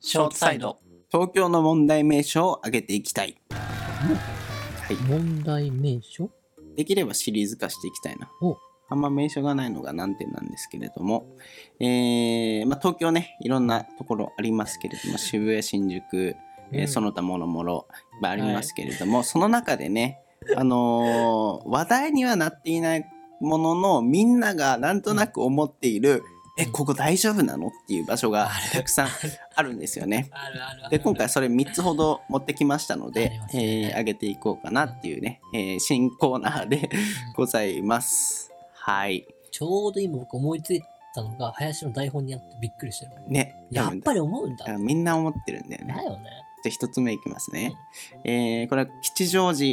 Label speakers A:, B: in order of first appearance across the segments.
A: ショートサイド。
B: 東京の問題名所を上げていきたい。はい。
A: 問題名所
B: できればシリーズ化していきたいな
A: お。
B: あんま名所がないのが難点なんですけれども、えーまあ、東京ね、いろんなところありますけれども、渋谷、新宿、えー
A: うん
B: その他もろもろいっぱいありますけれども、その中でね、あのー話題にはなっていないものの、みんながなんとなく思っている、
A: うん
B: え、ここ大丈夫なのっていう場所が
A: ある
B: たくさんあるんですよね。
A: あるあるある
B: で今回それ3つほど持ってきましたの
A: あ
B: で
A: りま、すね
B: えー上げていこうかなっていうね、えー新コーナーで ございます。はい。
A: ちょうど今僕思いついたのが、林の台本にあってびっくりしてる。
B: ね。
A: やっぱ
B: り。
A: り思うんだ。
B: みんな思ってるんだよね。
A: だよね。
B: じゃあ1つ目いきますね。えーこれは吉祥寺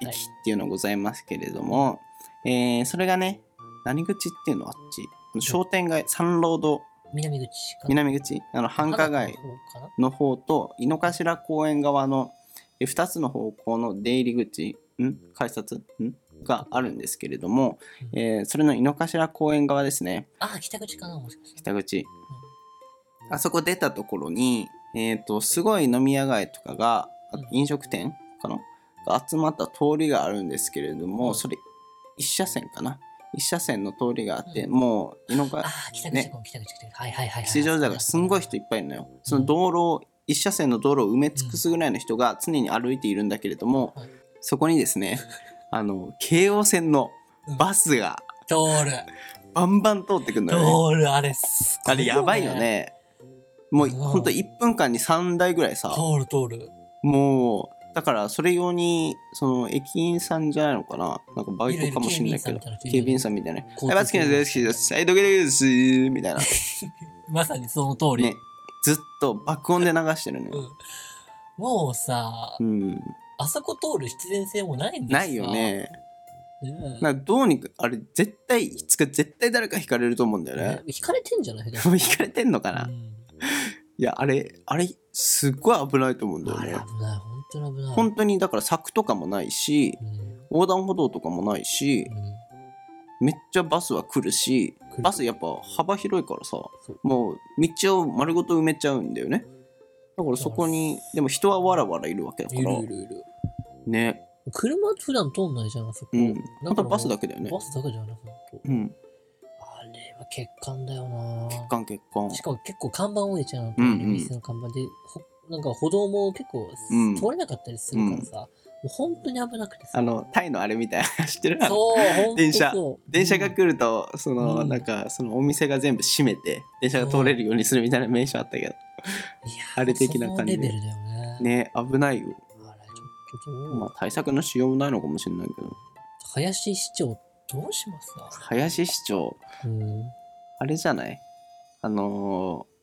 B: 駅
A: はい
B: っていうのございますけれども、えーそれがね、何口っていうのあっち商店街、三ロード
A: 南口か。
B: 南口あの繁華街
A: の方かな
B: の方と井の頭公園側の2つの方向の出入り口ん改札んがあるんですけれども、
A: うん
B: えーそれの井の頭公園側ですね
A: あ、北口かなもしかして。
B: 北口あそこ出たところに、えー、とすごい飲み屋街とかがあ
A: うん
B: 飲食店かなが集まった通りがあるんですけれども、
A: うん
B: それ1車線かな1車線の通りがあって、
A: うん
B: もう井の頭
A: あー、北口
B: ね
A: か、北口か。はいはいはいはい。
B: 吉祥寺だからすんごい人いっぱいいるのよ。その道路を、一車線の道路を埋め尽くすぐらいの人が常に歩いているんだけれども
A: はい、
B: そこにです ね、あの、京王線のバスが
A: 通る。
B: バンバン通ってくるのよ、ね。
A: 通る、あれすご
B: あれやばいよ。ね。もう
A: うん
B: ほんと1分間に3台ぐらいさ、
A: 通る通る。
B: もう、だからそれ用に、その駅員さんじゃないのかななんかバイトかもしれないけど
A: いろいろ、
B: 警
A: 警
B: 備
A: 備
B: 員
A: 員
B: さ
A: さ
B: んみたいな。はい、
A: 交通
B: バスケの大好きです。はい、どけです。みたいな。
A: まさにその通り。
B: ね。ずっと爆音で流してるの
A: う
B: よ。
A: んもうさ
B: う、ん。
A: あそこ通る必然性もないんです
B: ないよ。ね。
A: うん
B: なんかどうにか、あれ、絶対、いつか絶対誰か引かれると思うんだよね
A: ね。引かれてんじゃ ない
B: もう引かれてんのかな、
A: う
B: い
A: ん
B: や、あれ、あれ、すっごい危ないと思うんだよ
A: あれ
B: ね。
A: 危ない、本当に危ない。
B: 本当に、だから柵とかもないし、
A: うん
B: 横断歩道とかもないし
A: う、ん
B: めっちゃバスは来るし、
A: 来る
B: バスやっぱ幅広いからさ
A: そう、
B: もう道を丸ごと埋めちゃうんだよね。だからそこに、でも人はわらわらいるわけだか
A: い
B: ら
A: る、いるいる。
B: ね。
A: 車普段通んないじゃん、あそこ。
B: うん
A: だか。ら
B: あとバスだけだよね
A: バ。スだけじゃなくて。
B: うん。
A: あれは欠陥だよな
B: 欠陥欠陥。
A: しかも結構看板多いじゃん。
B: うんうん
A: 店の看板で、ほなんか歩道も結構
B: うん
A: 通れなかったりするからさ、もう本当に危なくてさ。
B: あの、タイのあれみたいな、知ってる
A: そう、本当
B: 電車
A: そう
B: 電車が来ると、その、
A: うん
B: なんかそのお店が全部閉めて電車が通れるようにするみたいな名所あったけど
A: うんいや
B: あれ的な感じ
A: そのレベルだよね。
B: ね危ないよ
A: あれ、ちょっともう、
B: まあ対策のしようもないのかもしれないけど
A: 林市長、どうします
B: 林市長
A: かうん。
B: あれじゃないあのー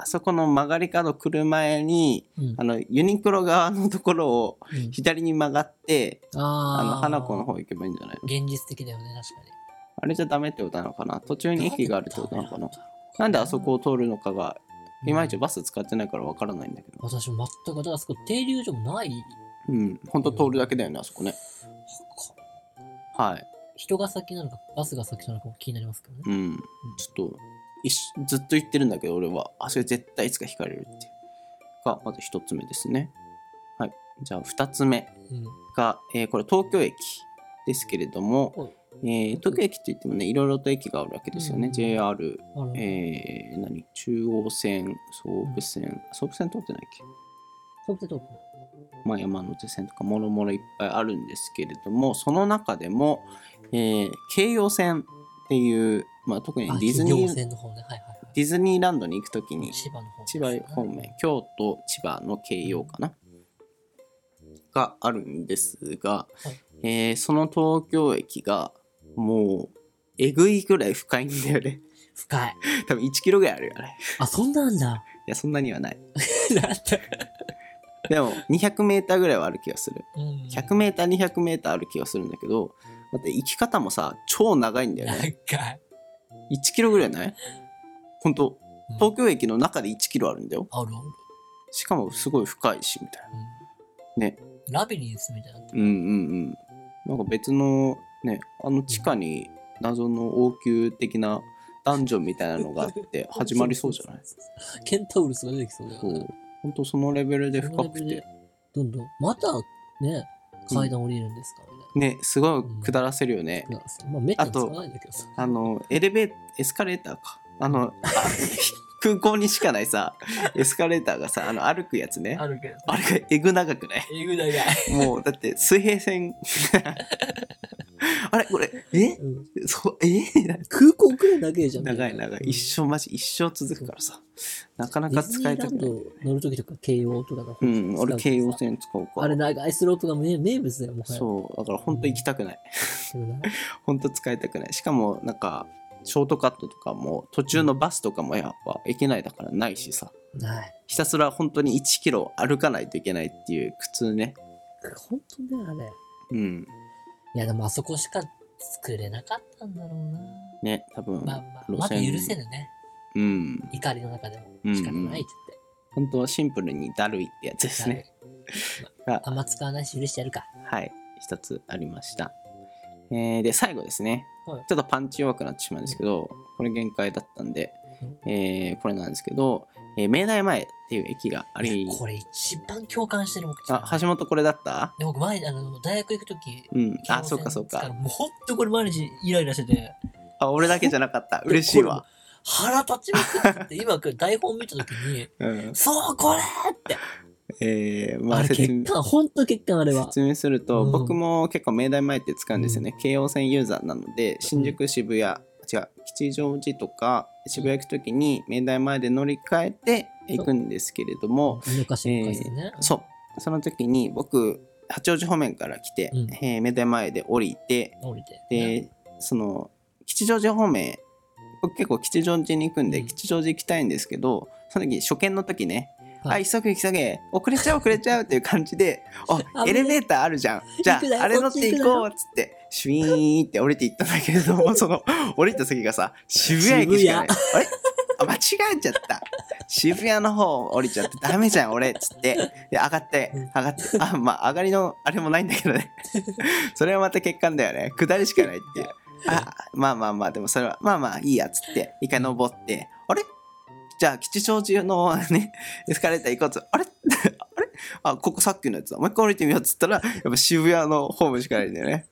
B: あそこの曲がり角来る前に
A: うん
B: あのユニクロ側のところを
A: うん
B: 左に曲がって
A: あ
B: あ
A: あ
B: の花子の方行けばいいんじゃないの
A: 現実的だよね、確か
B: あれじゃダメってことなのかな途中
A: に。
B: に駅があるってことなのかな
A: ダメんだろう
B: なんであそこを通るのかがいまいちバス使ってないからわからないんだけど
A: 私も全く、だからあそこ停留所もない。
B: うんほんと通るだけだよねあそこねはい
A: 人が先なのか、バスが先なのかも気になりますけどね。
B: うん、ちょっと一しずっと言ってるんだけど俺はあそれ絶対いつか引かれるっていうがまず一つ目ですねはいじゃあ二つ目
A: うん。
B: が、えーこれ東京駅ですけれども、
A: はい
B: えー東京駅って言ってもねいろいろと駅があるわけですよね、
A: うん
B: JR、
A: あの、
B: えー何中央線総武線総武線通ってないっけ
A: コンピューター
B: まあ、山手線とかもろもろいっぱいあるんですけれどもその中でも、えー京葉線っていう、まあ、特にディズニ
A: あ企業
B: ー
A: 線の方ね。はいはい、は
B: ディズニーランドに行くときに
A: い。千葉の方、ね。
B: 千葉方面京都千葉の京葉かながあるんですが、えーその東京駅がもうえぐいぐらい深いんだよね
A: 深い。
B: 多分1キロぐらいあるよね
A: あ、そんなんだ。
B: いやそんなには ない
A: だって。
B: でも200メーターぐらいはある気がする
A: うん。
B: 100メーター200メーターある気がするんだけどだって行き方もさ超長いんだよ
A: 長
B: ね
A: い。
B: 1キロぐらいない本当
A: うん
B: 東京駅の中で1キロあるんだよ
A: あるある。
B: しかもすごい深いしみたいな
A: うん、
B: ね。
A: ラビリンスみたいになって
B: うんうんうん。なんか別のね、あの地下に謎の王宮的なダンジョンみたいなのがあって始まりそうじゃない
A: ケンタウルスが出てきそうだよ
B: そ
A: ね
B: う本当そのレベルで深くて
A: どんどんまたね階段降りるんですからね、
B: ねすごい下らせるよね、
A: いやまあめったに使わないんだけどさ
B: あのエレベーエスカレーターかあの 空港にしかないさエスカレーターがさあの歩くやつね
A: るけど
B: あれがえぐ長くない
A: えぐ長い、
B: もうだって水平線 あれこれえ
A: うん、
B: そうえ
A: 空港くらい長いじゃん
B: 長い長い一生マジ一生続くからさなかな
A: デ
B: か
A: ィズニ
B: 使い
A: ーラ
B: たく
A: ン
B: ない
A: ド乗るときとか京王とかだか
B: う
A: ら
B: ん俺
A: 使う
B: 京
A: から
B: 王
A: さ
B: 線使うか
A: あれ長いスロープが名名物だよもはや
B: そうだから本当行きたくない
A: けどな
B: 本当使いたくないしかもなんかショートカットとかも途中のバスとかもやっぱ駅内だからないしさ
A: ない
B: ひたすら本当に1キロ歩かないといけないっていう苦痛ね
A: 本当だよあれ
B: うん
A: いやでもあそこしか作れなかったんだろうな
B: ね多分、
A: まあまあまだ許せぬね
B: うん
A: 怒りの中でも
B: うんうん
A: 仕方ないっつって、
B: 本当はシンプルにだるいってやつですね
A: ま
B: が
A: ああんま使わないし許してやるか
B: はい一つありましたえーで最後ですね、
A: はい
B: ちょっとパンチ弱くなってしまうんですけどこれ限界だったんで、えーこれなんですけど、えー明大前っていう駅があ
A: い
B: り
A: やこれ一番共感してる僕
B: あ橋本これだった
A: で僕前あの大学行く時
B: うんあそうかそう
A: 京王線使
B: か
A: のもうほんとこれ毎日イライラしてて
B: あ俺だけじゃなかった嬉しいわ、
A: 腹立ちまくって今これ台本見た時 に
B: うん、
A: そうこれって
B: えー、ま
A: あ
B: あ
A: れ
B: 説明
A: 欠陥ほんと欠陥あれは
B: 説明すると、
A: うん
B: 僕も結構明大前って使うんですよね、京王線ユーザーなので新宿渋谷、違う吉祥寺とか渋谷行く時に明大前で乗り換えて行くんですけれども
A: 見逃し見返すね、
B: そうその時に僕八王子方面から来て、
A: うん
B: えー明大前で降りて
A: 降りて
B: で、その吉祥寺方面僕結構吉祥寺に行くんで、
A: うん
B: 吉祥寺行きたいんですけどその時初見の時ね
A: は
B: あ
A: い
B: 急げ急げ遅れちゃう遅れちゃうっていう感じ であ
A: 危ねえ
B: エレベーターあるじゃんじゃ
A: 行くなよ
B: ああれ乗っていこうっつってシュイーンって降りていったんだけれど もその降りた先がさ渋谷駅しかないあれあ間違えちゃった渋谷の方降りちゃってダメじゃん俺っつってで上がって
A: うん
B: 上がってあまあ上がりのあれもないんだけどね それはまた欠陥だよね下りしかないっていうあまあまあまあでもそれはまあまあいいやっつって一回登ってあれじゃあ吉祥寺のね エスカレーター行こうっつってあれ あれあここさっきのやつだもう一回降りてみようっつったらやっぱ渋谷のホームしかないんだよね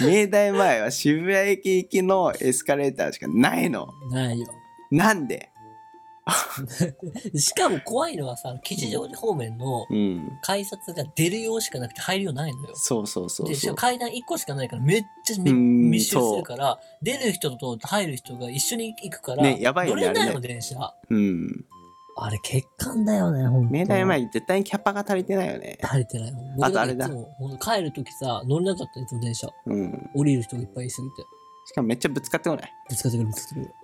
B: 明大前は渋谷駅行きのエスカレーターしかないの
A: ないよ
B: なんで
A: しかも怖いのはさ吉祥寺方面の
B: うん
A: 改札が出るようしかなくて入るようないのよ
B: そうそうそう
A: でし
B: そ
A: か
B: う
A: も階段1個しかないからめっちゃみ
B: うーん
A: 密集するから出る人と入る人が一緒に行くから、
B: ねやばいよ
A: 乗
B: ね
A: れない
B: あ
A: の
B: れ
A: 電車
B: うん
A: あれ欠陥だよねほんと
B: 明大前絶対にキャパが足りてないよね
A: 足りてないもん
B: あとあれだ
A: 僕んかいつもほんと帰るときさ乗れなかったいつも電車
B: うん
A: 降りる人がいっぱいいすぎて
B: しかもめっちゃぶつかってこない
A: ぶつかってくるぶつかってくる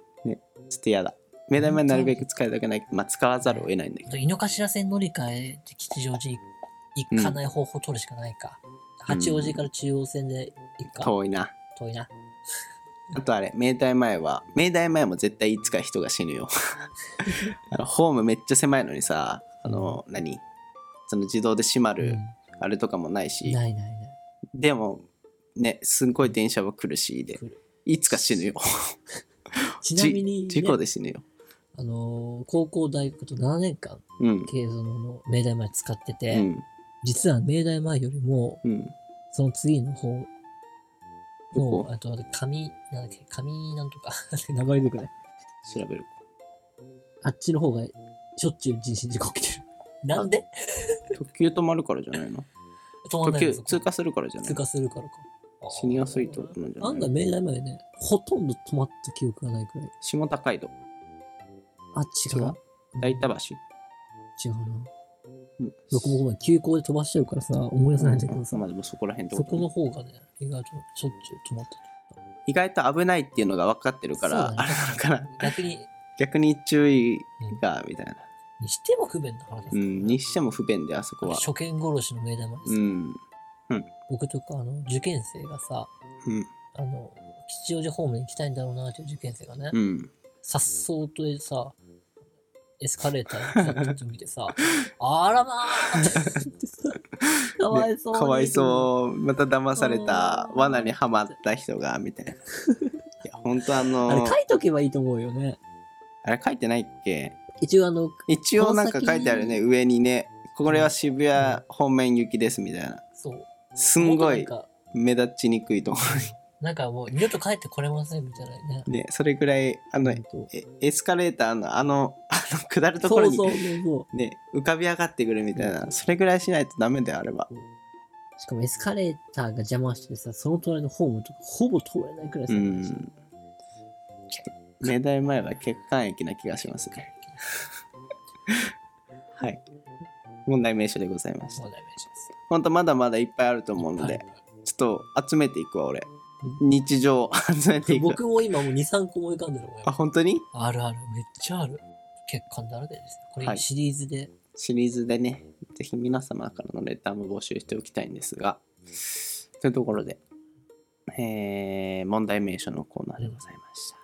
B: ちょっと嫌だ明大前なるべく使いたくないまあ使わざるを得ないんだけ
A: あ
B: ど
A: と井の頭線乗り換えて吉祥寺行かない方法取るしかないか、八王子から中央線で行くか、
B: 遠いな
A: 遠いな
B: あとあれ、明大前は、明大前も絶対いつか人が死 ぬよ。あのホームめっちゃ狭いのにさ、あの、何その自動で閉ま
A: うん
B: る、あれとかもないし、
A: ないないない
B: でも、ね、すんごい電車は来るしで
A: 来る、
B: いつか死ぬよ。
A: ちなみに、ね、
B: 事故で死ぬよ。
A: あのー高校大学と7年間
B: うん。
A: 経営のの明大前使ってて、
B: うん。
A: 実は明大前よりも
B: うん。
A: その次の方
B: ど
A: も
B: こ
A: うあと紙なんだっけ紙なんとか 名前出てくない
B: 調べる。
A: あっちの方がしょっちゅう人身事故 起きてるなんで
B: 特急止まるからじゃないの
A: 止ま
B: 特
A: んないの
B: 急
A: そこ
B: 通過するからじゃない
A: 通過するからか
B: 死にやすいってことなんじゃ
A: 案
B: ない
A: 外
B: の
A: 明大前ねほとんど止まった記憶がないくらい
B: 下高井戸、
A: あ違う
B: 違う大田橋。
A: 違うな
B: うん
A: 僕もごめん休校で飛ばしちゃうからさ思い出せないんだけどさ、
B: まあでもそこら辺って
A: そ
B: ことね
A: この方がね意外としょっちゅう止まってる
B: 意外と危ないっていうのが分かってるから、
A: そうだ
B: あ
A: ね
B: れなのか な
A: 逆に
B: 逆に注意がみたいな、
A: にしても不便な話で
B: う
A: すからね
B: ん、にしても不便であそこは
A: 初見殺しの目玉です、
B: うん
A: 僕とかあの受験生がさ
B: うん
A: あの吉祥寺方面に行きたいんだろうなっていう受験生がね
B: うん
A: さっそうとさエスカレーターに立って見てさ 「あらま ー!」ってさかわいそうに、
B: ねかわいそうまた騙された
A: うん
B: 罠にはまった人がみたいないや本当あの
A: あれ書いとけばいいと思うよね。
B: あれ書いてないっけ
A: 一応あの、
B: 一応なんか書いてあるね上にねこれは渋谷方面行きですみたいな
A: そう。
B: すんご
A: なん
B: い
A: か、
B: 目立ちにくいと思
A: なんかもう二度と帰ってこれませんみたいなね
B: う。で それぐらいあの
A: ほんと
B: えエスカレーターのあのあの下るとこ
A: そ
B: ろ
A: う
B: に
A: そうそうそ
B: ね浮かび上がってくるみたいなそれぐらいしないとダメだよあれは
A: う。しかもエスカレーターが邪魔してさ、その隣のホームとかほぼ通れないくらいうさ、
B: ん明大前は欠陥液な気がしますね はい問題名所でございまし
A: そ
B: た
A: うだよ、お
B: ほんとまだまだいっぱいあると思うの
A: 願
B: で
A: いします。
B: ちょっと集めていくわ俺日常集めていく
A: 僕も今もう2、3個思い浮かんでるもん
B: あ本当に
A: あるある、めっちゃある。結果だらけですね。こ
B: は
A: れ
B: い
A: シリーズで、
B: シリーズでね、ぜひ皆様からのレターも募集しておきたいんですが、というところで、えー問題名所のコーナーでございました。